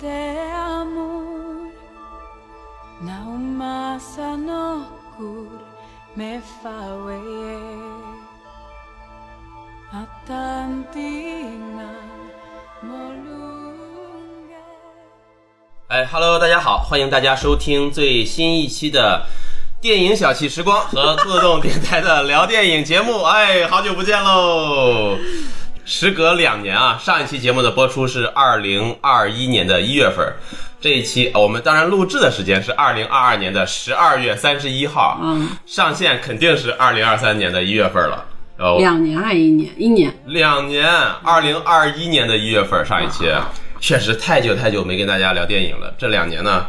de amor. Naumasa no kur me e. fawe. Atantingan molunga. 哎，Hello，大家好，欢迎大家收听最新一期的电影小憩时光和兔子洞电台的聊电影节目。 哎，好久不见喽！时隔两年啊，上一期节目的播出是二零二一年的一月份，这一期呃我们当然录制的时间是二零二二年的十二月三十一号，嗯，上线肯定是二零二三年的一月份了。呃然后两年还是一年？一年。两年，二零二一年的一月份，上一期确实太久太久没跟大家聊电影了。这两年呢，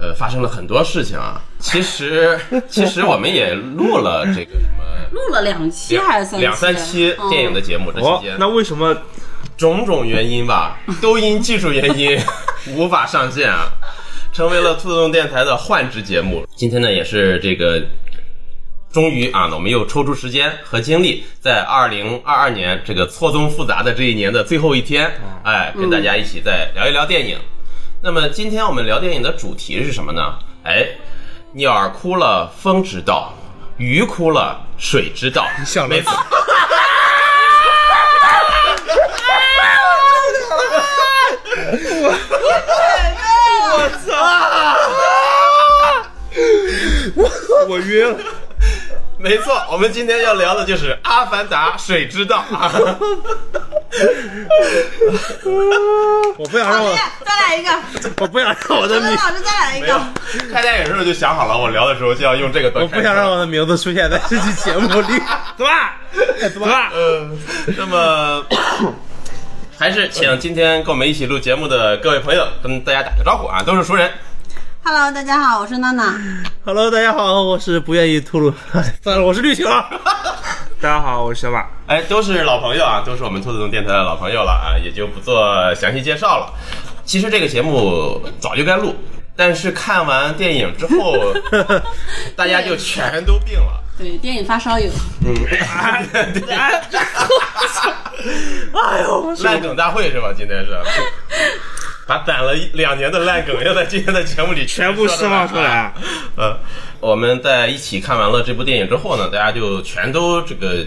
呃，发生了很多事情啊。其 实，其实我们也录了这个什么录了两期还是三期？嗯两三期电影的节目，这期哦间，那为什么种种原因吧，都因技术原因无法上线啊，成为了兔子洞电台的幻值节目。今天呢，也是这个。终于啊，我们又抽出时间和精力，在二零二二年这个错综复杂的这一年的最后一天，哎，跟大家一起再聊一聊电影。那么今天我们聊电影的主题是什么呢？哎，鸟儿哭了，风知道；鱼哭了，水知道。你想每得次我晕了？没错，我们今天要聊的就是《阿凡达：水之道》 啊。我不想让我，再来一个，我不想让我的名，老师再来一没有，看电影的时候就想好了，我聊的时候就要用这个我段。不想让我的名字出现在这期节目里，走吧，走吧。嗯，那么 还是请今天跟我们一起录节目的各位朋友跟大家打个招呼啊，都是熟人。 Hello，大家好，我是娜娜。 Hello，大家好，我是不愿意吐露，哎算了，我是绿球。大家好，我是小马。哎，都是老朋友啊，都是我们兔子洞电台的老朋友了啊，也就不做详细介绍了。其实这个节目早就该录，但是看完电影之 后，大家就全都病了。 对，电影发烧友， 哎呦，烂梗大会是吧？今天是，把攒了一两年的烂梗要在今天的节目里全部释放出来。啊呃，我们在一起看完了这部电影之后呢，大家就全都这个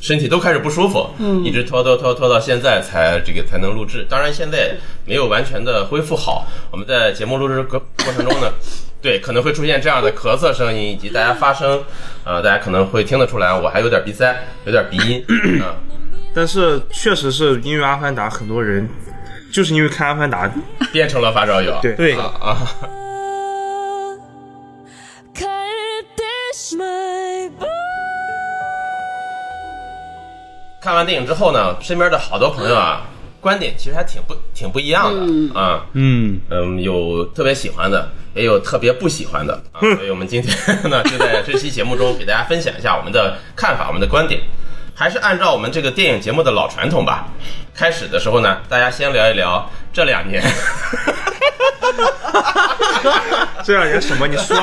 身体都开始不舒服，嗯，一直拖拖拖拖到现在才这个才能录制。当然现在没有完全的恢复好，我们在节目录制过过程 中呢。对，可能会出现这样的咳嗽声音，以及大家发声，呃，大家可能会听得出来，我还有点鼻塞，有点鼻音，嗯、但是确实是因为《阿凡达》，很多人就是因为看《阿凡达》，变成了发烧友。 对对啊， Can't dish my bones. 看完电影之后呢，身边的好多朋友啊，观点其实还挺不挺不一样的啊。嗯，嗯，有特别喜欢的，也有特别不喜欢的啊。所以我们今天呢，就在这期节目中给大家分享一下我们的看法、我们的观点。还是按照我们这个电影节目的老传统吧。开始的时候呢，大家先聊一聊这两年，这两年什么？你 说，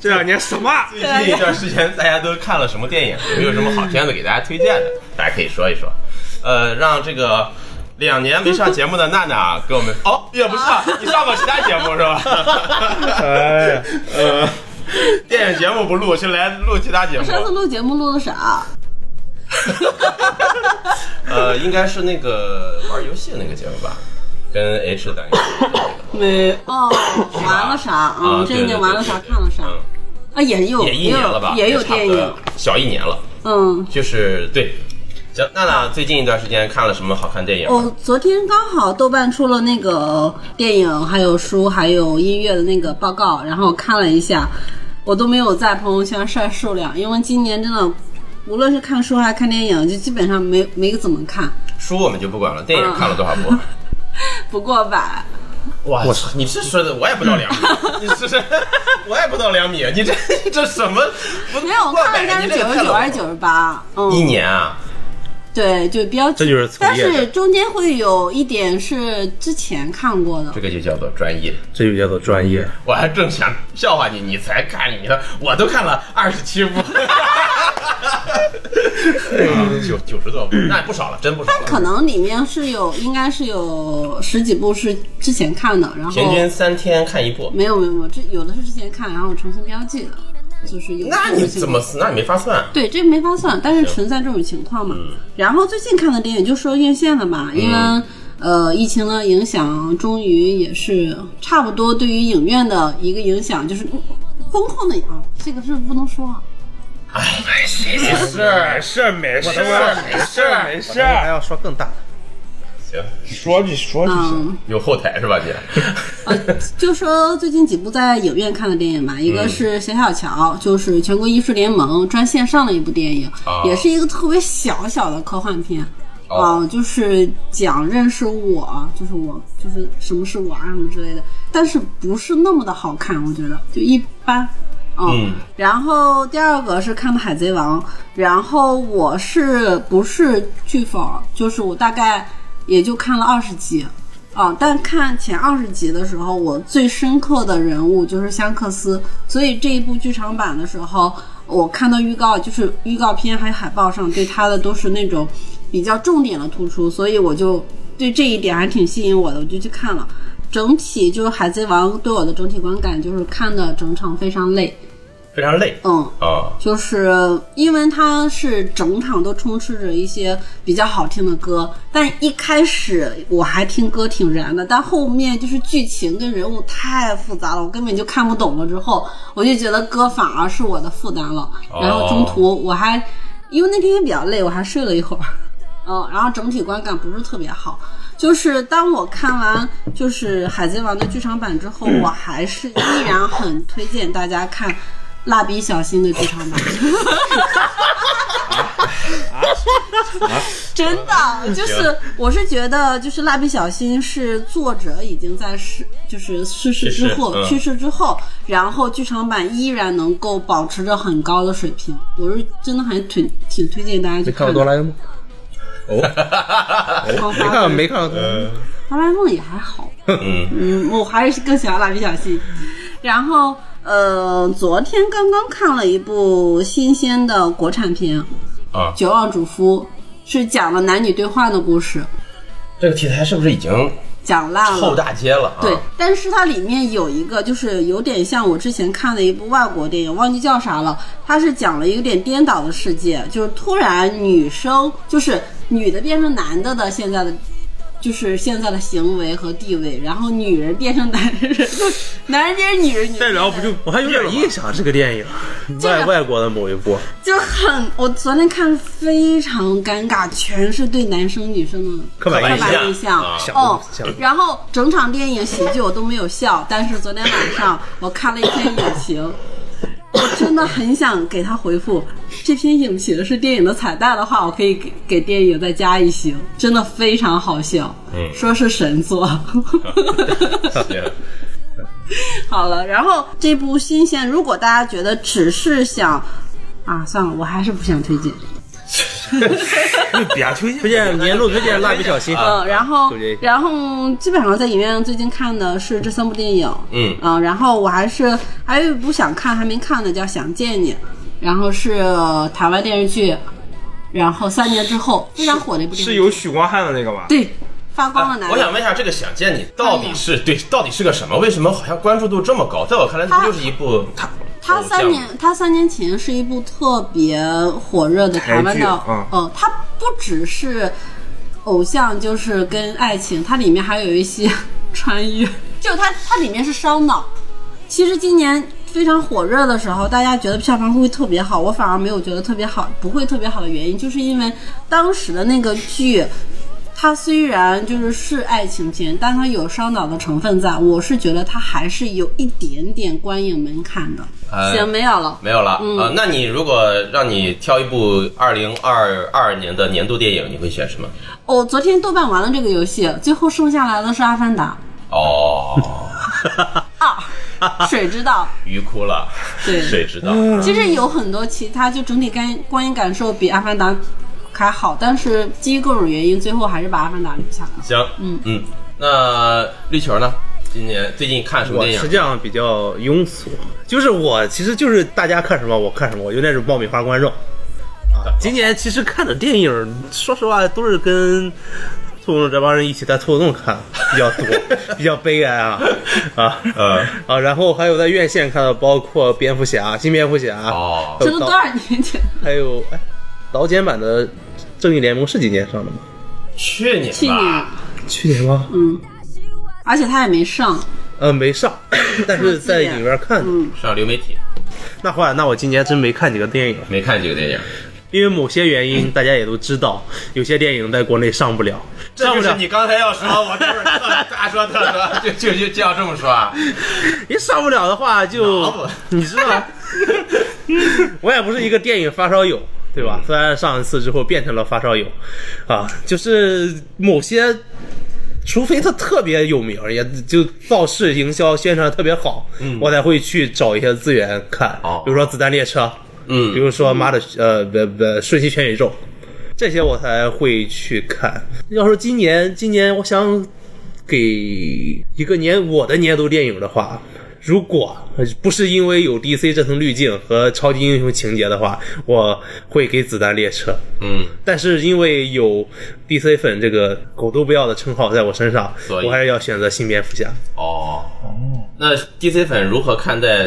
这两年什么？最近一段时间大家都看了什么电影？有没有什么好片子给大家推荐的？大家可以说一说。呃，让这个两年没上节目的娜娜给我们哦，也不上，你上过其他节目是 吧？哎呀，呃， 电影节目不录，就来录其他节目。上次录节目录的啥？呃，应该是那个玩游戏的那个节目吧，跟 H 的那个没哦，玩了啥？啊嗯，对这一年玩了啥？看了啥？嗯啊，也有，也一年了吧，也有差不电多影。小一年了，嗯，就是对。行，娜娜最近一段时间看了什么好看电影？我昨天刚好豆瓣出了那个电影、还有书、还有音乐的那个报告，然后我看了一下，我都没有在朋友圈晒数量，因为今年真的，无论是看书还是看电影，就基本上没没怎么看，书我们就不管了，电嗯影看了多少部？不过吧，哇，你这说的我也不到两米， 你这是我也不到两米，啊你这 你这什么？不没有我过看百了一下是你这九个太十九冷还是九十八，一嗯，年啊，对，就比较，这就是从但业者是中间会有一点是之前看过的这，个就叫做专业。这就叫做专业。我还正想笑话你，你才看你的，我都看了二十七部。啊九九十多部，那也不少了，真不少了。可能里面是有，应该是有十几部是之前看的，然后平均三天看一部，没有没有没有，这有的是之前看，然后重新标记的，就是有。那你怎么？那你没法算。对，这没法算，但是存在这种情况嘛。然后最近看的电影就说院线了嘛，因为、呃疫情的影响，终于也是差不多对于影院的一个影响，就是嗯风控的啊，这个是不能说啊。哎哎没事，事没事没事，没事我还要说更大的，行，说你说就行。嗯，有后台是吧？你 哦就说最近几部在影院看的电影嘛，一个是《小小乔》，就是全国艺术联盟专线上的一部电影，啊也是一个特别小小的科幻片。 哦啊，就是讲认识我，就是我，就是什么是我啊，什么之类的，但是不是那么的好看，我觉得就一般。哦嗯然后第二个是看的《海贼王》，然后我是不是剧粉儿？就是我大概也就看了二十集，啊，但看前二十集的时候，我最深刻的人物就是香克斯，所以这一部剧场版的时候，我看到预告，就是预告片还有海报上对他的都是那种比较重点的突出，所以我就对这一点还挺吸引我的，我就去看了。整体就是《海贼王》对我的整体观感就是看的整场非常累，非常累嗯，啊，就是因为它是整场都充斥着一些比较好听的歌，但一开始我还听歌挺燃的，但后面就是剧情跟人物太复杂了，我根本就看不懂了。之后我就觉得歌反而是我的负担了，然后中途我还因为那天也比较累，我还睡了一会儿。 嗯，然后整体观感不是特别好。就是当我看完就是《海贼王》的剧场版之后，我还是依然很推荐大家看《蜡笔小新》的剧场版。真的，就是我是觉得，就是《蜡笔小新》是作者已经在逝，就是逝去世世之后嗯去世之后，然后剧场版依然能够保持着很高的水平。我是真的还挺挺推荐大家去没看看的。过哆啦 A 梦？哦好没看，没看过哆啦 A 梦。哆啦 A 梦也还 好，嗯，嗯，我还是更喜欢蜡笔小新。然后，呃，昨天刚刚看了一部新鲜的国产片《啊，绝望主夫》，是讲了男女对换的故事， 这个题材是不是已经讲烂臭了。大街了啊？对，但是它里面有一个，就是有点像我之前看的一部外国电影，忘记叫啥了。它是讲了一个有点颠倒的世界，就是突然女生就是女的变成男的的现在的。就是现在的行为和地位，然后女人变成男人，就是男人变成女人，女人再聊不就我还有点印象这个电影，外外国的某一部，就很，我昨天看非常尴尬，全是对男生女生的刻板刻印象板印象啊，想哦不想不，然后整场电影喜剧我都没有笑，但是昨天晚上我看了一篇影评，我真的很想给他回复，这篇影评是电影的彩蛋的话，我可以给给电影再加一星，真的非常好笑，嗯说是神 作。 行，好了，然后这部新鲜，如果大家觉得只是想。啊，算了，我还是不想推荐。别推荐推荐年度推荐《蜡笔小新》啊嗯，然后就这一，然后基本上在影院最近看的是这三部电影，嗯嗯，然后我还是还有一部想看还没看的叫《想见你》，然后是呃台湾电视剧，然后三年之后非常火的一部电视是剧，有许光汉的那个吧？对发光的男啊我人。想问一下，这个《想见你》到底是对，嗯到底是个什么？为什么好像关注度这么高？在我看来，这不就是一部他哦三年，他三年前是一部特别火热的台湾台剧的，嗯呃，它不只是偶像，就是跟爱情，它里面还有一些 穿越，就它它里面是烧脑。其实今年非常火热的时候，大家觉得票房会特别好，我反而没有觉得特别好，不会特别好的原因，就是因为当时的那个剧。它虽然就是是爱情片，但它有烧脑的成分在，我是觉得它还是有一点点观影门槛的。哎行，没有了。没有了啊、嗯呃那你如果让你挑一部二零二二年的年度电影，你会选什么？我、哦昨天豆瓣玩了这个游戏，最后剩下来的是《阿凡达哦，二》水之道。鱼哭了，对谁知道？其实有很多其他，就整体观观影感受比《阿凡达》还好，但是基于各种原因，最后还是把《阿凡达》留下来了。行，嗯嗯，那绿球呢？今年最近看什么我电实影？际上比较庸俗，就是我其实就是大家看什么我看什么，我有点是爆米花观众啊，今年其实看的电影，说实话都是跟兔洞这帮人一起在兔洞看比较多， 比较悲哀 啊啊呃，啊！然后还有在院线看的，包括蝙蝠侠、新蝙蝠侠，哦还这都有刀多少年前？还有哎，老剪版的《正义联盟》是今年上的吗？去年去年嗯吧，，去年吗？而且他也没上。呃，没上，但是在影院看的。嗯，上流媒体那坏了，那我今年真没看几个电影，没看几个电影，因为某些原因，大家也都知道，有些电影在国内上不了，这上不就是了，你刚才要说，我就是大说特说， 就就就就要这么说啊。一上不了的话就脑子， 你知道，我也不是一个电影发烧友，对吧？嗯虽然上一次之后变成了发烧友，啊，就是某些。除非他特别有名，也就造势、营销、宣传得特别好，我才会去找一些资源看。嗯哦比如说《子弹列车》，比嗯，如说妈的，呃，不不，瞬息全宇宙，这些我才会去看。要说今年，今年我想给一个年我的年度电影的话，如果呃不是因为有 DC 这层滤镜和超级英雄情节的话，我会给《子弹列车》。嗯，但是因为有 DC 粉这个狗都不要的称号在我身上，所以我还是要选择新蝙蝠侠。哦，那 DC 粉如何看待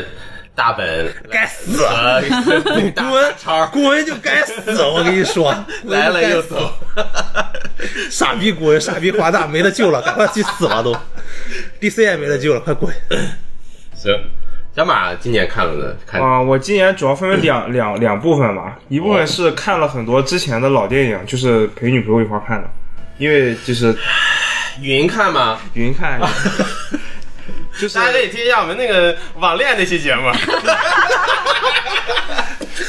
大本该死！啊 呃大超滚滚就该死！啊我跟你说， 来了又滚就该死走？ 傻逼滚，傻逼华大，没得救了，赶快去死吧都！DC 也没得救了，快滚！行，小马今年看了呢，看啊、我今年主要分为两两两部分吧，一部分是看了很多之前的老电影，就是陪女朋友一块儿看的，因为就是云看吗？云看， 就是大家可以听一下我们那个网恋那期节目。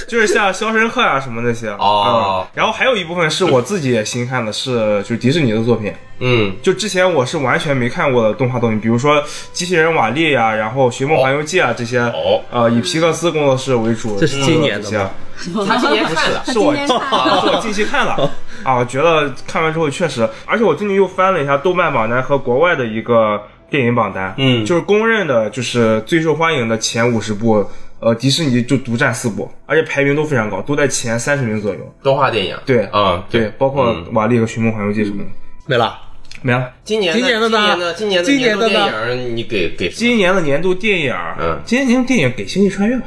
就是像《肖申克》啊什么那些哦嗯然后还有一部分是我自己也新看的是，就是迪士尼的作品，嗯，就之前我是完全没看过的动画作品，比如说《机器人瓦力》呀，然后《寻梦环游记》啊这些，哦呃，以皮克斯工作室为主，这是今年的这些吗他今年看了， 是我今天看了是我近期看了啊，我觉得看完之后确实，而且我最近又翻了一下豆瓣榜单和国外的一个电影榜单，嗯就是公认的就是最受欢迎的前五十部，呃，迪士尼就独占四部，而且排名都非常高，都在前三十名左右。动画电影。对啊，对，包括嗯《瓦力》和《寻梦环游记》什么的，没了，没了。今年的今年的今年呢的今年的今年的呢年度电影，你给给今年的年度电影，嗯今年年度电影给《星际穿越》吧，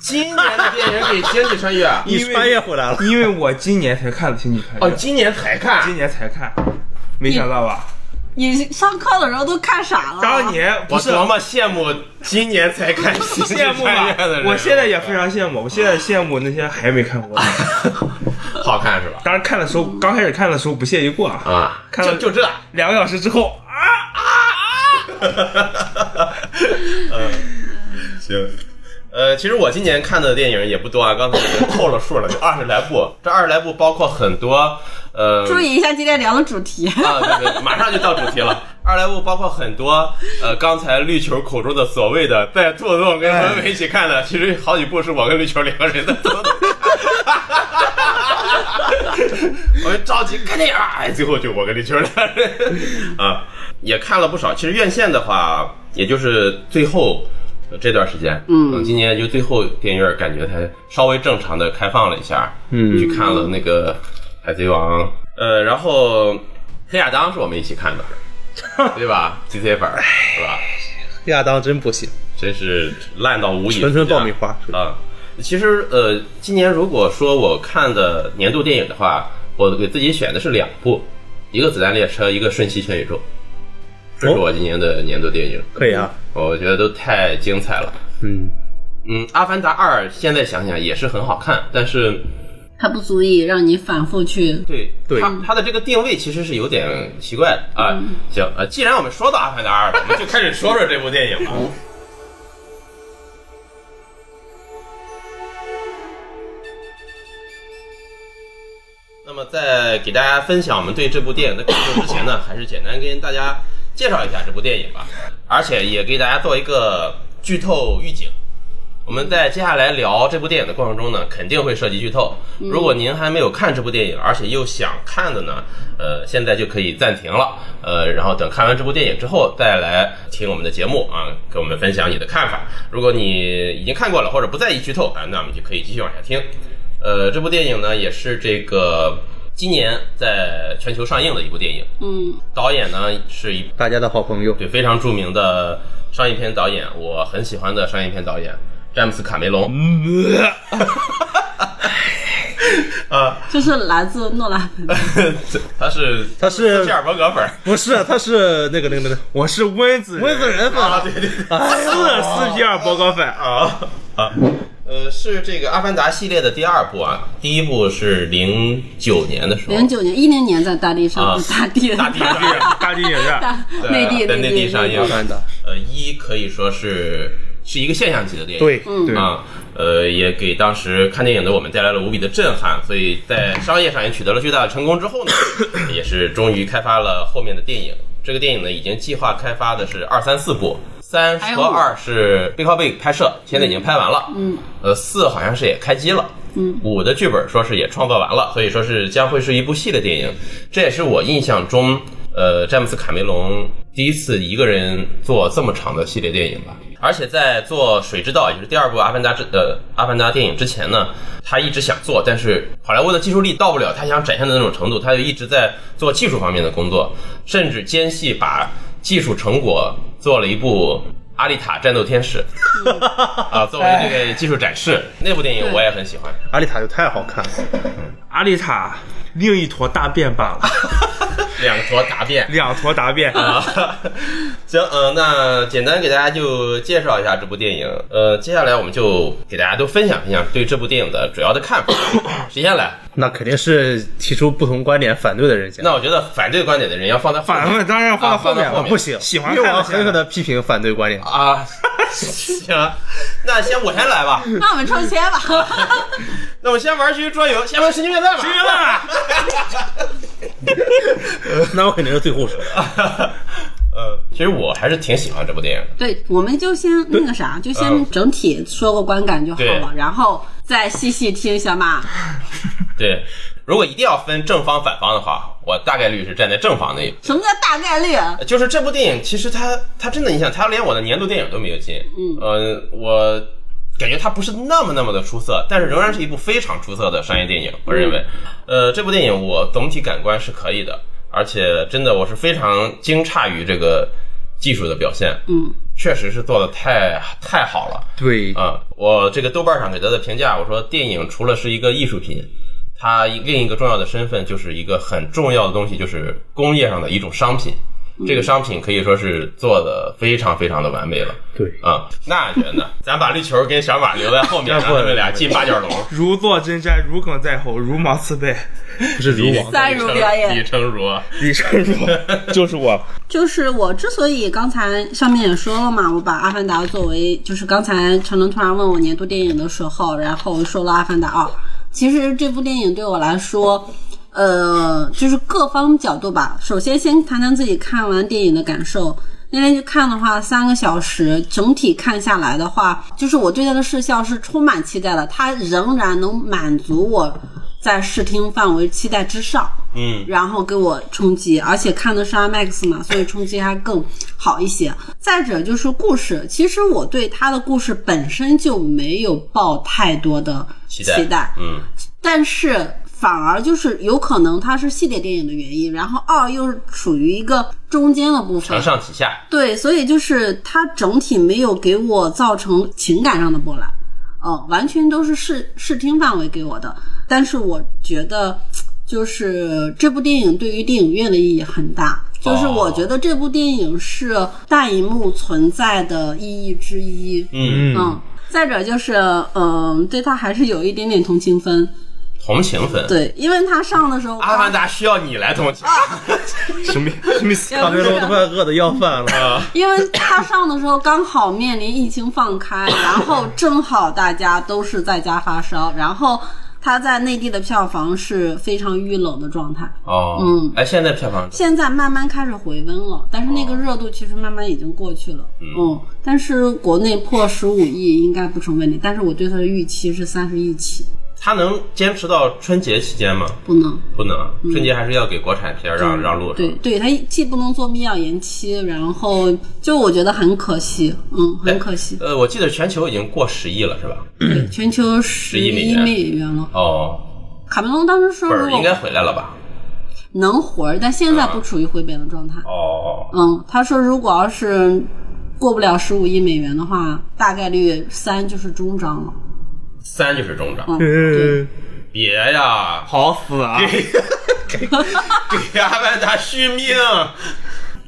今年的电影给《星际穿越》啊 你因为穿越回来了。因为我今年才看的《星际穿哦，越》，今年才今看。年才看，没想到吧？你上课的时候都看傻了。当年不我是多么羡慕今年才 看《星际羡慕啊穿越》的吧人！，我现在也非常羡慕，我现在羡慕那些还没看过的。好看是吧？当然看的时候，刚开始看的时候不屑一顾啊，啊，看就了就这。两个小时之后啊，行。呃，其实我今年看的电影也不多啊，刚才已经扣了数了，就二十来部。这二十来部包括很多，呃，注意一下今天聊的主题。啊，对对，马上就到主题了。二来物包括很多，呃，刚才绿球口中的所谓的在兔子洞跟文文一起看的，其实好几部是我跟绿球两个人在兔子洞看。 我就着急看电影， 哎，最后就我跟绿球两个人啊，也看了不少。其实院线的话，也就是最后。呃这段时间，嗯今年就最后电影院感觉才稍微正常的开放了一下，嗯去看了那个《海贼王》，呃，然后《黑亚当》是我们一起看 的，对吧？GC 粉儿是吧？亚当真不行，真是烂到无以纯纯复加爆米花。啊！其实呃，今年如果说我看的年度电影的话，我给自己选的是两部，一个《子弹列车》，一个《瞬息全宇宙》，这是哦我今年的年度电影，可以啊，我觉得都太精彩了。嗯，嗯，《阿凡达二》现在想想也是很好看，但是它不足以让你反复去。对对它它的这个定位其实是有点奇怪的啊。行啊，既然我们说到《阿凡达二》了，我们就开始说说这部电影吧。那么，在给大家分享我们对这部电影的感受之前呢，还是简单跟大家介绍一下这部电影吧，而且也给大家做一个剧透预警。我们在接下来聊这部电影的过程中呢，肯定会涉及剧透。如果您还没有看这部电影，而且又想看的呢，呃，现在就可以暂停了，呃，然后等看完这部电影之后再来听我们的节目啊，跟我们分享你的看法。如果你已经看过了或者不在意剧透啊，那我们就可以继续往下听。呃，这部电影呢也是这个今年在全球上映的一部电影，嗯，导演呢是一大家的好朋友，对非常著名的商业片导演，我很喜欢的商业片导演詹姆斯卡梅隆。嗯，就是来自 诺兰本人。他是他是切尔伯格粉儿不是，啊他是那个那个那个我是温子仁温子仁啊，吧？对对对 是斯皮尔伯格粉，啊啊。呃，是这个《阿凡达》系列的第二部啊，第一部是零九年的时候，零九年、一零年在大地上，啊大地、大地大地大地影院，大对 啊内地、在内地上映当然的，呃，一可以说是是一个现象级的电影，对对，啊，呃，也给当时看电影的我们带来了无比的震撼，所以在商业上也取得了巨大的成功之后呢， 也是终于开发了后面的电影。这个电影呢，已经计划开发的是二三四部，三还有和二是背靠背拍摄，现在已经拍完了。嗯，呃，四好像是也开机了。嗯，五的剧本说是也创作完了，所以说是将会是一部系列电影。这也是我印象中，呃，詹姆斯卡梅隆第一次一个人做这么长的系列电影吧。而且在做《水之道》，也就是第二部《阿凡达》之呃《阿凡达》电影之前呢，他一直想做，但是好莱坞的技术力到不了他想展现的那种程度，他就一直在做技术方面的工作，甚至间隙把技术成果做了一部。阿丽塔战斗天使， 啊，作为这哎个技术展示，那部电影我也很喜欢。阿丽塔就太好看了，阿丽塔另一坨大便罢了，两坨答辩。两坨大便，啊， 行，呃，那简单给大家就介绍一下这部电影。呃，接下来我们就给大家都分享分享对这部电影的主要的看 法。谁先来？那肯定是提出不同观点反对的人先。那我觉得反对观点的人要放在后面反问当然要放到后面啊放到后了面，不行，喜欢因为看我的先狠来狠的批评反对观点。 啊。行，那先我先来吧。那我们抽签吧。那我先玩一局桌游，先玩神经元蛋吧。别问了那我肯定是最后 说。 呃，其实我还是挺喜欢这部电影的。对，我们就先那个啥，就先嗯整体说个观感就好了，对然后再细细听小马。对，如果一定要分正方反方的话，我大概率是站在正方那一什么叫大概率？啊就是这部电影，其实它它真的，你想，它连我的年度电影都没有进。嗯，呃，我感觉它不是那么那么的出色，但是仍然是一部非常出色的商业电影。我认为，呃，这部电影我总体感官是可以的，而且真的我是非常惊诧于这个技术的表现。嗯，确实是做的太太好了。对，啊、我这个豆瓣上给他的评价，我说电影除了是一个艺术品，它另一个重要的身份就是一个很重要的东西，就是工业上的一种商品。嗯这个商品可以说是做的非常非常的完美了。对啊、那你觉得呢？咱把绿球跟小马留在后面，要让不他们俩进八角笼。如坐针毡，如鲠在喉，如芒刺背。不是如王，三如表演李成儒，啊李成儒就是我，就是我之所以刚才上面也说了嘛，我把《阿凡达》作为就是刚才陈伦突然问我年度电影的时候，然后我说了《阿凡达二》。其实这部电影对我来说，呃，就是各方角度吧。首先先谈谈自己看完电影的感受。那天去看的话，三个小时，整体看下来的话，就是我对它的视效是充满期待的，它仍然能满足我在视听范围期待之上。嗯，然后给我冲击，而且看的是 IMAX 嘛，所以冲击还更好一些。再者就是故事，其实我对它的故事本身就没有抱太多的期期待，嗯，但是反而就是有可能它是系列电影的原因，然后二又是处于一个中间的部分承，上启下，对，所以就是它整体没有给我造成情感上的波澜，呃，完全都是视视听范围给我的。但是我觉得，就是这部电影对于电影院的意义很大，就是我觉得这部电影是大荧幕存在的意义之一。嗯，嗯，嗯，再者就是，嗯、对它还是有一点点同情分，同情分。对，啊因为它上的时候，阿凡达需要你来同情什么什么思也卡不梅是隆都快饿的要饭了。啊，因为他上的时候刚好面临疫情放开，然后正好大家都是在家发烧，然后他在内地的票房是非常遇冷的状态。哦，嗯哎，现在票房现在慢慢开始回温了，但是那个热度其实慢慢已经过去了。嗯，但是国内破十五亿应该不成问题，但是我对它的预期是三十亿起。他能坚持到春节期间吗？不能。不能，春节还是要给国产片儿让让路嗯对上。对，它既不能做密钥延期，然后就我觉得很可惜，嗯，很可惜。呃，我记得全球已经过十亿了，是吧？对，全球十亿美亿元美元了。哦，卡梅隆当时说，本如儿应该啊果回来了吧？能回儿，但现在不处于回本的状态。哦，嗯，他说如果要是过不了十五亿美元的话，大概率三就是中章了。三就是中章，嗯，对嗯，别呀， 好死啊！给阿凡达续命。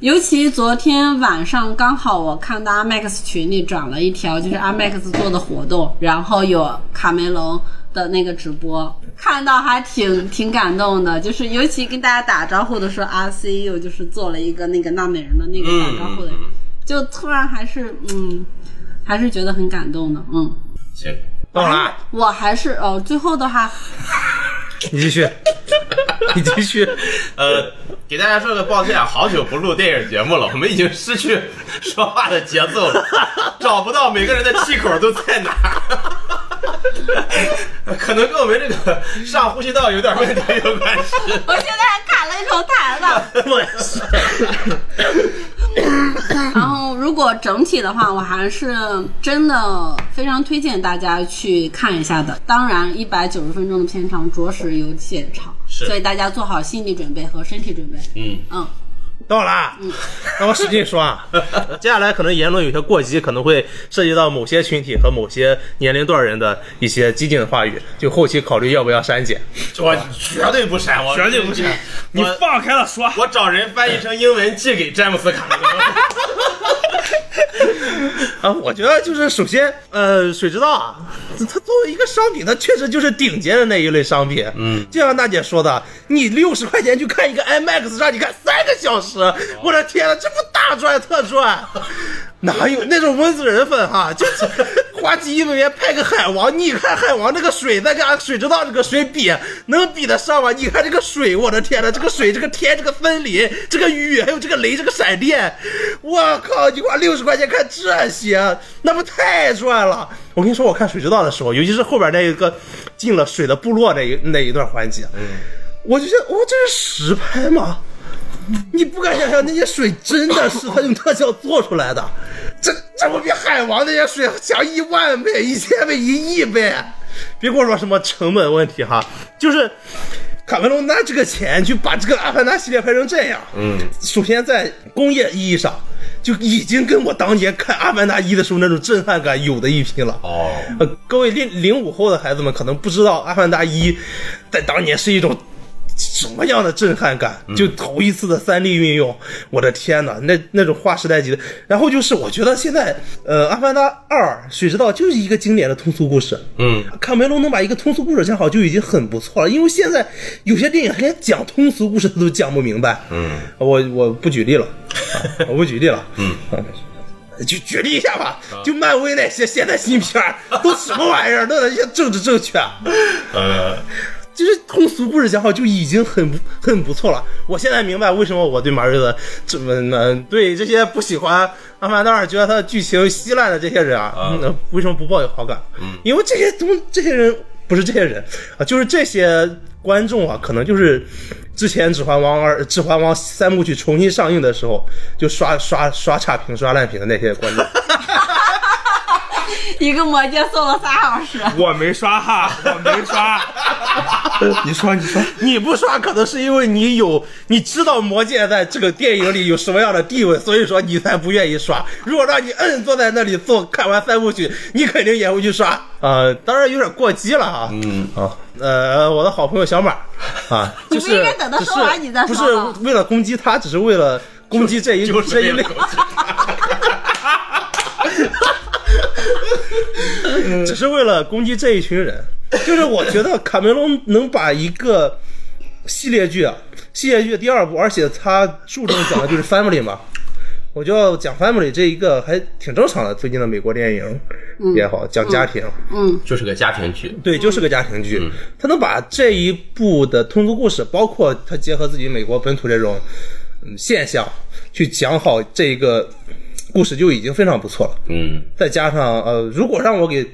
尤其昨天晚上刚好我看到 IMAX 群里转了一条，就是 IMAX 做的活动，然后有卡梅隆的那个直播，看到还挺挺感动的。就是尤其跟大家打招呼的时候，RCU 就是做了一个那个纳美人的那个嗯打招呼的，就突然还是嗯，还是觉得很感动的。嗯，行，到了，我还是哦，最后的话，你继 续，你继续。呃，给大家说个抱歉，啊，好久不录电影节目了，我们已经失去说话的节奏 了，找不到每个人的气口都在哪儿，可能跟我们这个上呼吸道有点问题有关 系。嗯我现在还卡了一口痰呢。我也是。然后，如果整体的话，我还是真的非常推荐大家去看一下的。当然，一百九十分钟的片长着实有些长，是所以大家做好心理准备和身体准备。嗯嗯，到了啊，让我使劲说啊！接下来可能言论有些过激，可能会涉及到某些群体和某些年龄段人的一些激进的话语，就后期考虑要不要删减。我绝对不删，我绝对不删你我放开 了说，我找人翻译成 英文寄给詹姆斯卡梅隆。啊，我觉得就是首先，呃，水知道啊，它作为一个商品，它确实就是顶尖的那一类商品。嗯，就像大姐说的，你六十块钱去看一个 IMAX，让你看三个小时，我的天啊呐，这不大赚特赚？哪有那种温子仁粉哈、就是花几亿美元拍个海王，你看海王这个水，再跟水知道这个水比，能比得上吗？你看这个水，我的天呐，这个水，这个天，这个森林，这个雨，还有这个雷，这个闪电，我靠！你花六十块钱看这些，那不太赚了？我跟你说，我看水知道的时候，尤其是后边那一个进了水的部落那一那一段环节，我就想，我这是实拍吗？你不敢想象那些水真的是他用特效做出来的，这这不比海王那些水强一万倍、一千倍、一亿倍？别跟我说什么成本问题哈，就是卡梅隆拿这个钱去把这个《阿凡达》系列拍成这样，嗯，首先在工业意义上就已经跟我当年看《阿凡达一》的时候那种震撼感有的一拼了。哦，呃，各位零零五后的孩子们可能不知道，《阿凡达一》在当年是一种什么样的震撼感？就头一次的三 D 运用，我的天呐，那那种划时代级的。然后就是我觉得现在，呃，《阿凡达二》水之道就是一个经典的通俗故事。嗯，卡梅隆能把一个通俗故事讲好就已经很不错了，因为现在有些电影连讲通俗故事都讲不明白。嗯，我我不举例了，啊、我不举例了。嗯。就举例一下吧，就漫威那些现在新片儿都什么玩意儿，弄的一些政治正确，啊呃，就是通俗故事讲好就已经很不很不错了。我现在明白为什么我对马瑞的这么呢，对这些不喜欢阿凡达尔觉得它的剧情稀烂的这些人啊，啊嗯为什么不抱有好感？因为这些东这些人不是这些人啊，就是这些观众啊，可能就是之前《指环王二》《指环王》三部曲重新上映的时候就刷刷刷差评、刷烂评的那些观众。一个魔戒送了仨小时，我没刷哈，我没刷。 你说，你说， 你不刷，可能是因为你有你知道《魔戒》在这个电影里有什么样的地位，所以说你才不愿意刷。如果让你摁坐在那里坐看完三部曲，你肯定也会去刷。呃，当然有点过激了啊。嗯啊，呃，我的好朋友小马 啊，就你是不应该等他只是说完你再不说是吧为了攻击他，只是为了攻击这 一就这是一这类个。只是为了攻击这一群人。就是我觉得卡梅隆能把一个系列剧啊，系列剧第二部，而且他注重讲的就是 family 嘛。我觉得讲 family 这一个还挺正常的，最近的美国电影也好，讲家庭，嗯，就是个家庭剧。对，就是个家庭剧。他能把这一部的通俗故事，包括他结合自己美国本土这种嗯现象，去讲好这一个故事，就已经非常不错了。嗯，再加上呃，如果让我给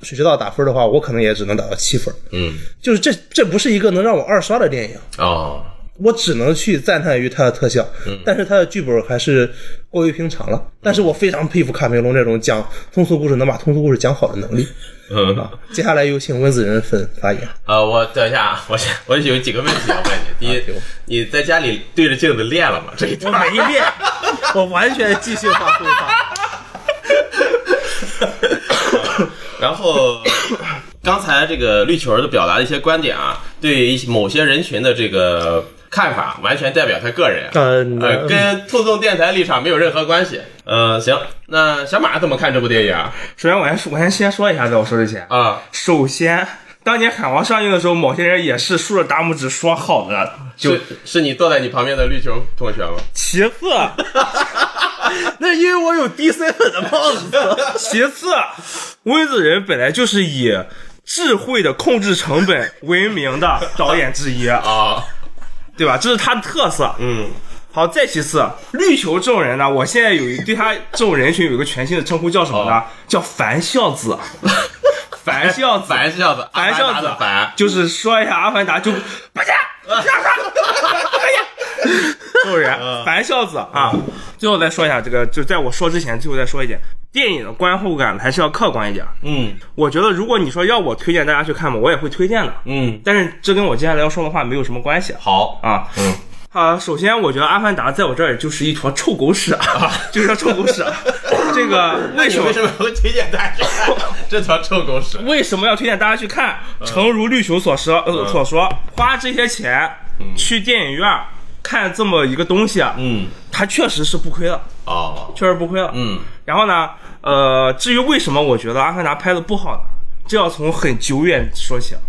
水之道打分的话，我可能也只能打到七分。嗯，就是这这不是一个能让我二刷的电影，哦，我只能去赞叹于它的特效，但是它的剧本还是过于平常了。但是我非常佩服卡梅隆这种讲通俗故事能把通俗故事讲好的能力。嗯，啊，接下来有请温子仁分发言。呃，我等一下啊，我先我有几个问题要问你。第一请，你在家里对着镜子练了吗？这一我段没练，我完全即兴发挥法。然后 刚才这个绿球儿的表达的一些观点啊，对一些某些人群的这个看法，完全代表他个人。嗯呃，跟兔洞电台立场没有任何关系。呃，行，那小马怎么看这部电影啊？首先，我先我先先说一下，在我说之前，啊，首先，当年《海王》上映的时候，某些人也是竖着大拇指说好的。就是是你坐在你旁边的绿球同学吗？其次，那因为我有 DC 粉的帽子， 其次，温子仁本来就是以智慧的控制成本闻名的导演之一，啊，对吧？这是他的特色。嗯，好，再其次，绿球这种人呢，我现在有一对他这种人群有一个全新的称呼，叫什么呢哦？叫凡孝 子。凡孝子，凡孝子，凡孝子阿凡达的凡，就是说一下《阿凡达》就不加不加这种嗯人，凡孝子啊。最后再说一下这个，就在我说之前，最后再说一点，电影的观后感还是要客观一点。嗯我觉得如果你说要我推荐大家去看嘛，我也会推荐的。嗯，但是这跟我接下来要说的话没有什么关系好，啊。嗯，啊，首先我觉得《阿凡达》在我这儿就是一坨臭狗屎，啊 就是臭 狗屎。啊这个啊为你什么 为什么会推荐大家去看这条臭狗屎？为什么要推荐大家去看？诚如绿球所说，嗯呃，所说，花这些钱去电影院看这么一个东西，啊，嗯，它确实是不亏的，哦，确实不亏的。嗯然后呢，呃，至于为什么我觉得《阿凡达》拍的不好呢？这要从很久远说起，啊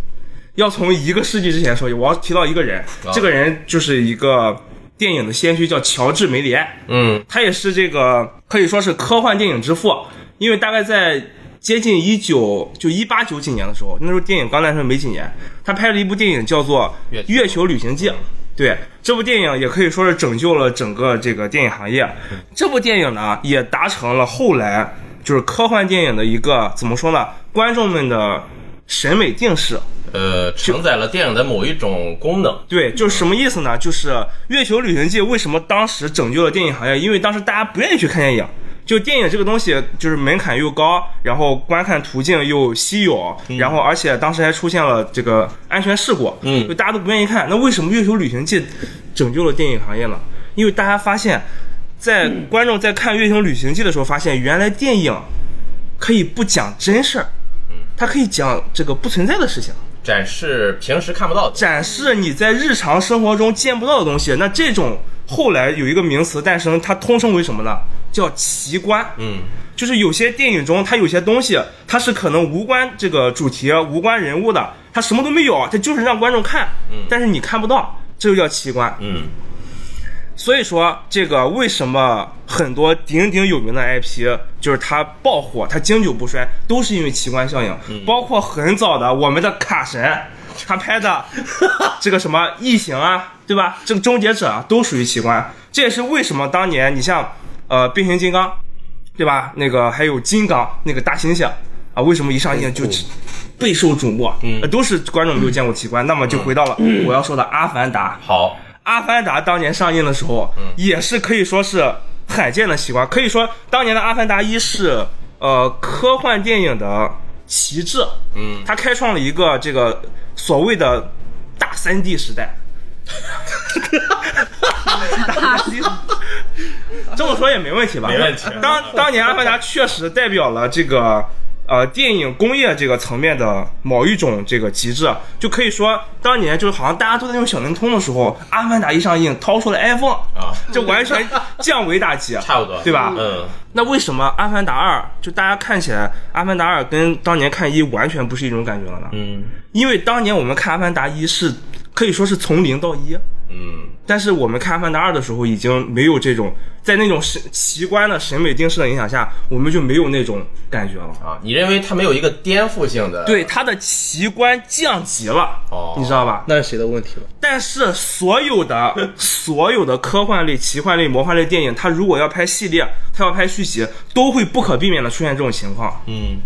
要从一个世纪之前说起。我要提到一个人，这个人就是一个电影的先驱，叫乔治·梅里爱。嗯他也是这个可以说是科幻电影之父，因为大概在接近一九就一八九几年的时候，那时候电影刚诞生没几年，他拍了一部电影叫做月《球月球旅行记》。对，这部电影也可以说是拯救了整个这个电影行业。嗯这部电影呢，也达成了后来就是科幻电影的一个怎么说呢，观众们的审美定式。呃，承载了电影的某一种功能。对，就是什么意思呢？就是《月球旅行记》为什么当时拯救了电影行业？因为当时大家不愿意去看电影，就电影这个东西就是门槛又高，然后观看途径又稀有，然后而且当时还出现了这个安全事故，嗯就大家都不愿意看。那为什么《月球旅行记》拯救了电影行业呢？因为大家发现，在观众在看《月球旅行记》的时候，发现原来电影可以不讲真事儿，它可以讲这个不存在的事情。展示平时看不到的。展示你在日常生活中见不到的东西。那这种后来有一个名词诞生，它通称为什么呢？叫奇观。嗯就是有些电影中，它有些东西，它是可能无关这个主题、啊无关人物的，它什么都没有，它就是让观众看，但是你看不到，这就叫奇观。嗯所以说，这个为什么很多鼎鼎有名的 IP，就是它爆火，它经久不衰，都是因为奇观效应。包括很早的我们的卡神，他拍的这个什么异形啊，对吧？这个终结者啊，都属于奇观。这也是为什么当年你像呃变形金刚，对吧？那个还有金刚那个大猩猩啊，为什么一上映就备受瞩目？呃都是观众没有见过奇观。那么就回到了我要说的《阿凡达》。好， 《阿凡达》当年上映的时候，也是可以说是罕见的奇观。可以说，当年的《阿凡达一》是呃科幻电影的旗帜，嗯，它开创了一个这个所谓的大三 D 时代。这么说也没问题吧？没问题当当年《阿凡达》确实代表了这个呃电影工业这个层面的某一种这个极致，就可以说当年就是好像大家都在用小灵通的时候，《阿凡达》一上映，掏出了 iPhone 啊这完全降维打击，啊差不多，对吧？嗯，那为什么《阿凡达二》就大家看起来，《阿凡达二》跟当年看一完全不是一种感觉了呢？嗯因为当年我们看《阿凡达一》是可以说是从零到一，嗯但是我们看《阿凡达二》的时候，已经没有这种在那种审奇观的审美定式的影响下，我们就没有那种感觉了。啊，你认为它没有一个颠覆性的？，对，它的奇观降级了，哦你知道吧？那是谁的问题了？但是所有的所有的科幻类、奇幻类、魔幻类电影，它如果要拍系列，它要拍续集，都会不可避免的出现这种情况。嗯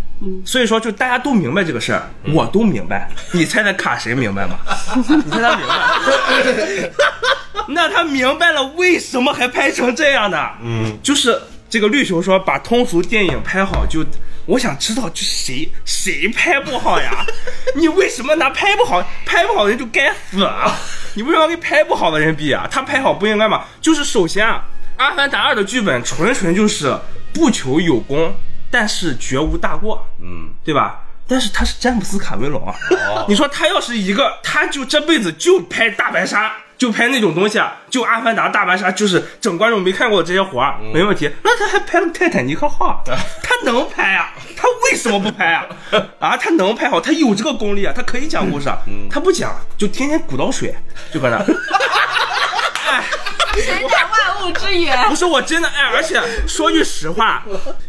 所以说，就大家都明白这个事儿，我都明白。你猜猜卡谁明白吗？嗯 你猜他明白？ 那他明白了，为什么还拍成这样的？嗯，就是这个绿球说，把通俗电影拍好就。我想知道，这谁谁拍不好 呀？你为什么拿拍不好？拍不好的人就该死啊！你为什么要跟拍不好的人比啊？他拍好不应该吗？就是首先啊，《阿凡达二》的剧本纯纯就是不求有功，但是绝无大过。对吧？但是他是詹姆斯卡梅隆啊，你说他要是一个，他就这辈子就拍大白鲨，就拍那种东西啊，就《阿凡达》大白鲨，就是整观众没看过这些活儿，没问题。那他还拍了《泰坦尼克号》，他能拍啊？他为什么不拍啊？啊，他能拍好，他有这个功力啊，他可以讲故事啊，他不讲，就天天鼓捣水，就搁那。谁乃万物之源？ 不是我真的哎，而且说句实话，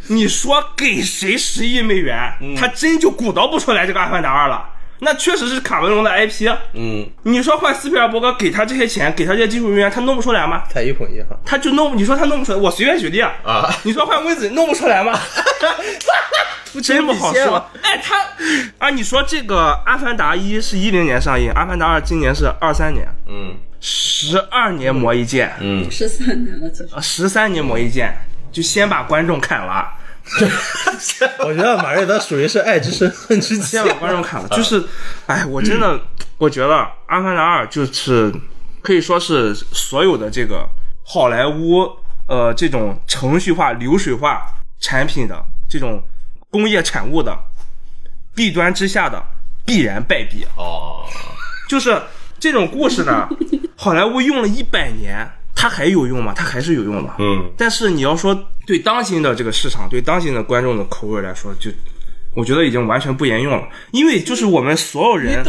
你说给谁十亿美元，嗯他真就鼓捣不出来这个《阿凡达二》了。那确实是卡梅隆的 IP。嗯，你说换斯皮尔伯格给他这些钱，给他这些技术人员，他弄不出来吗？太一捧一哈。他就弄，你说他弄不出来，我随便举例啊。啊你说换温子弄不出来吗？ 真不好说。哎，他啊，你说这个《阿凡达一》是一零年上映，《阿凡达二》今年是二三年，嗯十二年磨一剑。嗯， 十三年了，其实十三年磨一剑，就先把观众砍了，我觉得马瑞德属于是爱之深，恨之切先。把观众砍了，就是，哎，我真的，我觉得《阿凡达二》就是可以说是所有的这个好莱坞呃这种程序化、流水化产品的这种工业产物的弊端之下的必然败笔，啊哦，就是这种故事呢，好莱坞用了一百年，它还有用吗？它还是有用的，嗯但是你要说对当今的这个市场，对当今的观众的口味来说，就我觉得已经完全不沿用了，因为就是我们所有人，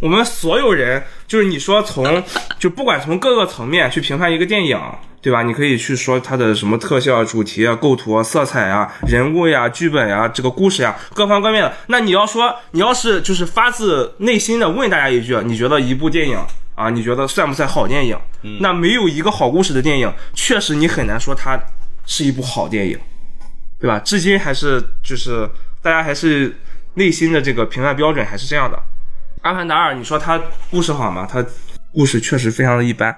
我们所有人，就是你说从就不管从各个层面去评判一个电影，对吧？你可以去说它的什么特效、主题啊、构图啊、色彩啊、人物呀、剧本呀、这个故事呀，各方各面的。那你要说，你要是就是发自内心的问大家一句，啊你觉得一部电影啊，你觉得算不算好电影？那没有一个好故事的电影，确实你很难说它是一部好电影。对吧？至今还是就是大家还是内心的这个评判标准还是这样的。《阿凡达二》，你说它故事好吗？它故事确实非常的一般。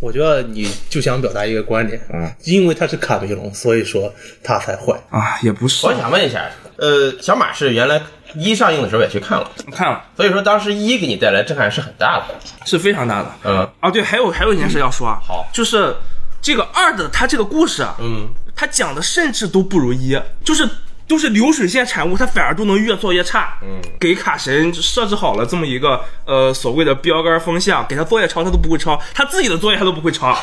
我觉得你就想表达一个观点，嗯，因为他是卡梅隆，所以说他才坏。啊，也不是我。想问一下，呃，小马是原来一上映的时候也去看了，你看了所以说当时一给你带来震撼是很大的。是非常大的。嗯啊，对，还有还有一件事要说啊，好就是这个二的它这个故事啊，嗯，它讲的甚至都不如一，就是都是流水线产物，它反而都能越做越差。嗯，给卡神设置好了这么一个呃所谓的标杆风向，给他作业抄他都不会抄，他自己的作业他都不会 抄，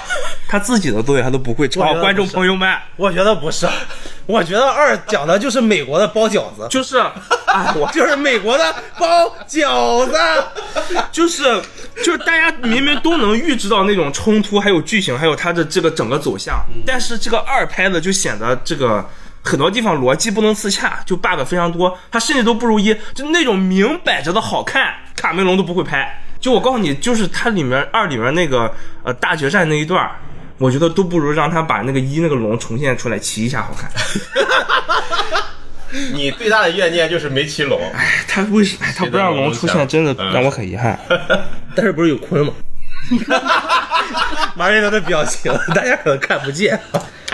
他自己的作业他都不会我觉抄。得观众不是朋友们，我觉得不是，我觉得二讲的就是美国的包饺子， 就是，哎，我就是美国的包饺子。就是就是大家明明都能预知到那种冲突，还有剧情，还有它的这个整个走向，但是这个二拍的就显得这个。很多地方逻辑不能自洽，就 bug 非常多，它甚至都不如一，就那种明摆着的好看，卡梅隆都不会拍。就我告诉你，就是它里面二里面那个呃大决战那一段儿，我觉得都不如让他把那个一那个龙重现出来骑一下好看。 你最大的怨念就是没骑龙，哎他为什哎他不让龙出现，真的让我很遗憾。 但是不是有鲲吗？马瑞德的表情，大家可能看不见。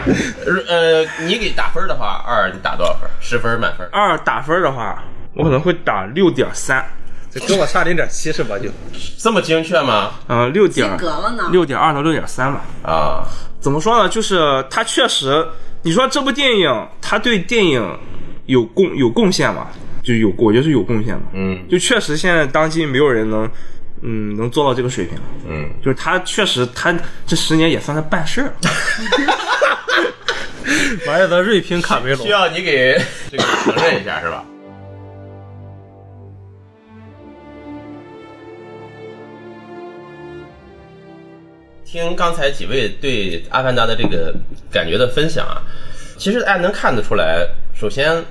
呃，你给打分的话，二你打多少分？十分满分？二打分的话，我可能会打六点三，就跟我差零点七是吧？就这么精确吗？呃，六点及格了呢六点二到六点三吧。啊，怎么说呢？就是它确实，你说这部电影，它对电影有贡有贡献吧？就有，我觉得是有贡献吧。嗯就确实现在当今没有人能，嗯，能做到这个水平。嗯，就是他确实，他这十年也算他办事儿。，马瑞德锐评卡梅隆需要你给这个承认一下是吧？听刚才几位对《阿凡达》的这个感觉的分享啊，其实大家能看得出来，首先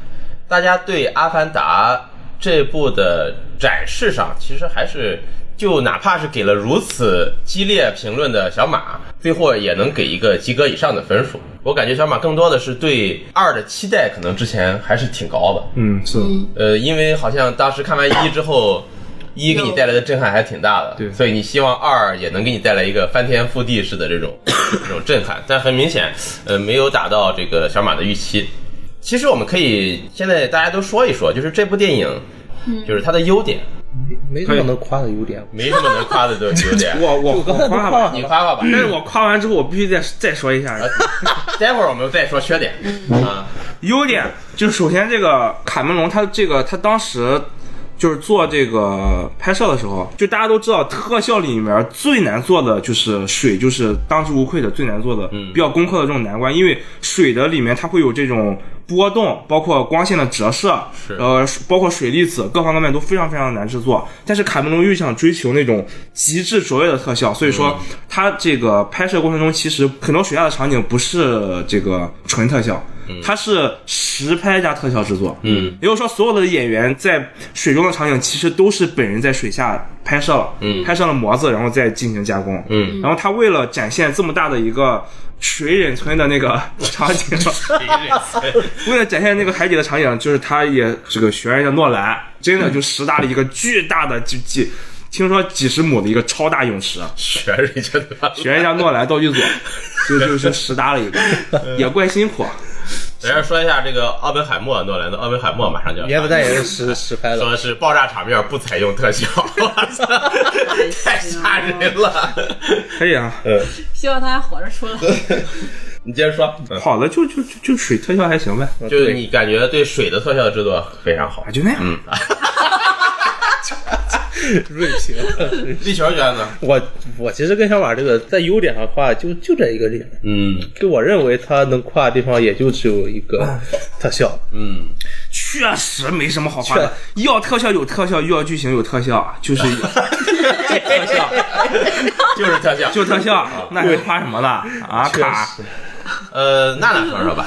大家对《阿凡达》这部的展示上，其实还是就哪怕是给了如此激烈评论的小马，最后也能给一个及格以上的分数。我感觉小马更多的是对二的期待，可能之前还是挺高的。嗯，是呃，因为好像当时看完一之后，一给你带来的震撼还挺大的，对所以你希望二也能给你带来一个翻天覆地式的这种这种震撼，但很明显，呃，没有达到这个小马的预期。其实我们可以现在大家都说一说，就是这部电影，就是它的优点，没什么能夸的优点。没什么能夸的都优点 我我我刚才都夸夸吧了，你夸夸吧。啊但是我夸完之后，我必须再再说一下。待会儿我们再说缺点啊， 优点就是首先这个卡梅隆他这个他当时就是做这个拍摄的时候，就大家都知道特效里面最难做的就是水，就是当之无愧的最难做的，比较攻克的这种难关，因为水的里面它会有这种波动，包括光线的折射，是呃，包括水粒子各方面都非常非常难制作。但是卡梅隆又想追求那种极致卓越的特效，所以说嗯他这个拍摄过程中，其实很多水下的场景不是这个纯特效，它是实拍加特效制作。嗯，也就是说，所有的演员在水中的场景其实都是本人在水下拍摄了，嗯拍摄了模子，然后再进行加工。嗯，然后他为了展现这么大的一个水忍村的那个 场 景。为了展现那个海底的场景，就是他也这个学人家诺兰，真的就实搭了一个巨大的几几，听说几十亩的一个超大泳池， 全是真的，学人家诺兰道具组，就就就实搭了一个，也怪辛苦。啊来这说一下这个奥本海默，诺兰的奥本海默马上就要年不代也是实实拍的，说是爆炸场面不采用特 效，我操太吓人了。可以啊，希望他还活着出来。你接着说，好的，就就就就水特效还行呗，就是你感觉对水的特效制作非常好啊。就那 样。嗯锐评。立球觉得呢？ 我我其实跟小马这个在优点上夸，就就这一个点。嗯就我认为他能跨的地方，也就只有一 个特效。嗯，确实没什么好夸的，要特效有特效，要剧情有特效，啊就是有就 特效就是特效。就特效， 那还夸什么呢？啊确卡。实，呃，娜娜说说 吧。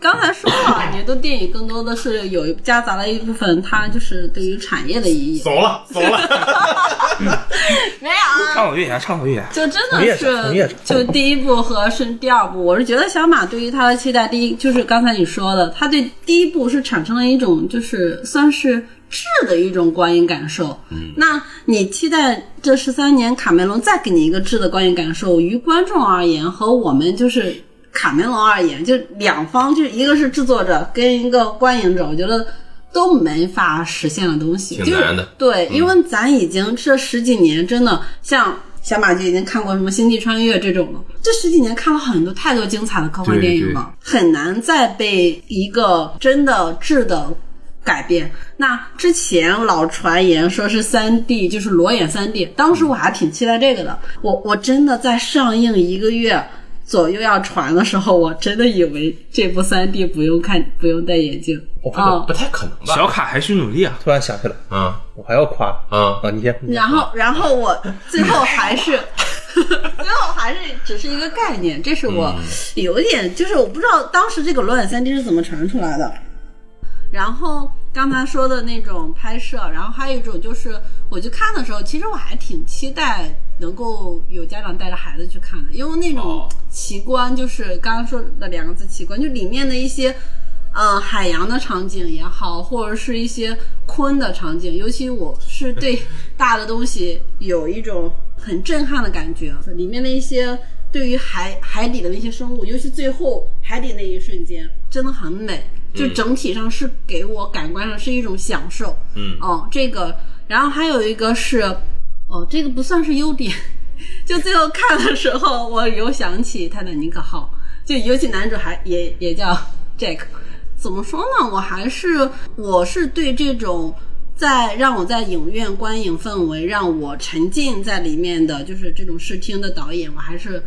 刚才说了，你的电影更多的是有夹杂了一部分，它就是对于产业的意义。怂了，怂了。没有啊，畅所欲言，畅所欲言。就真从业的者从业是者，就第一部和是第二部，我是觉得小马对于他的期待，第一就是刚才你说的，他对第一部是产生了一种就是算是质的一种观影感受。嗯，那你期待这十三年卡梅隆再给你一个质的观影感受，于观众而言和我们就是。卡梅隆而言，就两方，就是一个是制作者跟一个观影者，我觉得都没法实现的东西，挺就是难的嗯对，因为咱已经这十几年真的像小马就已经看过什么《星际穿越》这种了，这十几年看了很多太多精彩的科幻电影了，很难再被一个真的质的。改变。那之前老传言说是三 D，就是裸眼三 D，当时我还挺期待这个的。我我真的在上映一个月左右要传的时候，我真的以为这部三 D 不用看，不用戴眼镜我不啊、能 哦不太可能吧？小卡还需努力啊！突然想起来，啊我还要夸啊啊！你先，你先然后，然后我最后还是，最后还是只是一个概念，这是我有一点，就是我不知道当时这个裸眼三 D 是怎么传出来的。然后刚才说的那种拍摄，然后还有一种就是，我去看的时候，其实我还挺期待能够有家长带着孩子去看的，因为那种哦奇观就是刚刚说的两个字奇观，就里面的一些。嗯，海洋的场景也好，或者是一些鲲的场景，尤其我是对大的东西有一种很震撼的感觉。里面的一些对于海海底的那些生物，尤其最后海底那一瞬间，真的很美。就整体上是给我感官上是一种享受。嗯哦，这个，然后还有一个是，哦，这个不算是优点，就最后看的时候，我有想起《泰坦尼克号》，就尤其男主还也也叫 Jack，怎么说呢？我还是我是对这种。在让我在影院观影氛围，让我沉浸在里面的就是这种视听的导演，我还是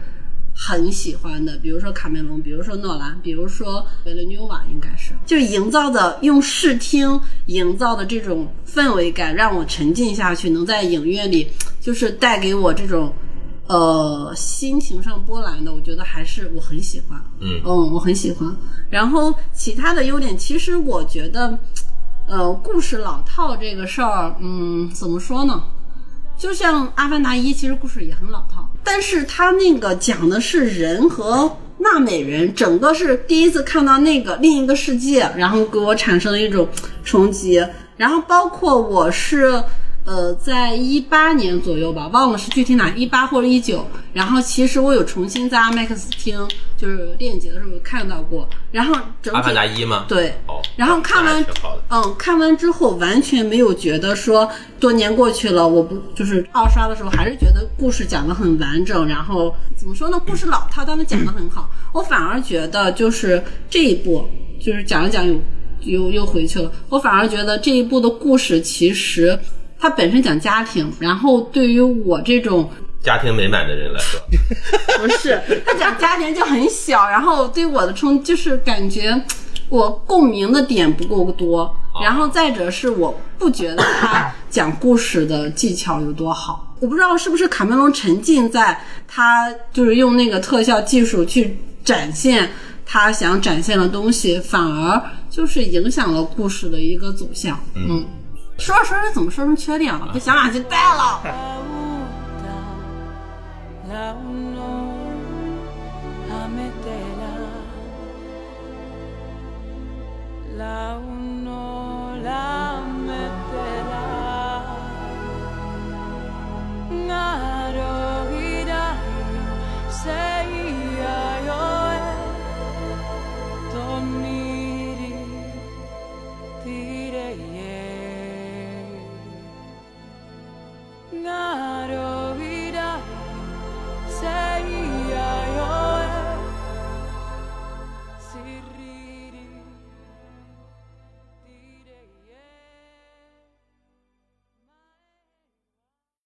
很喜欢的，比如说卡梅隆，比如说诺兰，比如说维伦纽瓦，应该是就是营造的用视听营造的这种氛围感，让我沉浸下去，能在影院里就是带给我这种呃心情上波澜的，我觉得还是我很喜欢。嗯嗯，我很喜欢。然后其他的优点，其实我觉得，呃，故事老套这个事儿，嗯，怎么说呢？就像《阿凡达一》，其实故事也很老套，但是它那个讲的是人和纳美人，整个是第一次看到那个另一个世界，然后给我产生了一种冲击。然后包括我是呃在一八年左右吧，忘了是具体哪一八或者一九。然后其实我有重新在 IMAX 听就是电影节的时候看到过，然后整阿体凡达一吗？，对，哦，然后看完那还挺好的，嗯，看完之后完全没有觉得说多年过去了，我不就是二刷的时候还是觉得故事讲得很完整，然后怎么说呢，故事老套，但是讲得很好。我反而觉得就是这一部，就是讲着讲着又又又回去了。我反而觉得这一部的故事其实它本身讲家庭，然后对于我这种家庭美满的人来说，不是，他讲家庭就很小，然后对我的冲就是感觉我共鸣的点不够多，然后再者是我不觉得他讲故事的技巧有多好。我不知道是不是卡梅隆沉浸在他就是用那个特效技术去展现他想展现的东西，反而就是影响了故事的一个走向。嗯，说着说着怎么说成啊缺点了？被小马就带了。 La una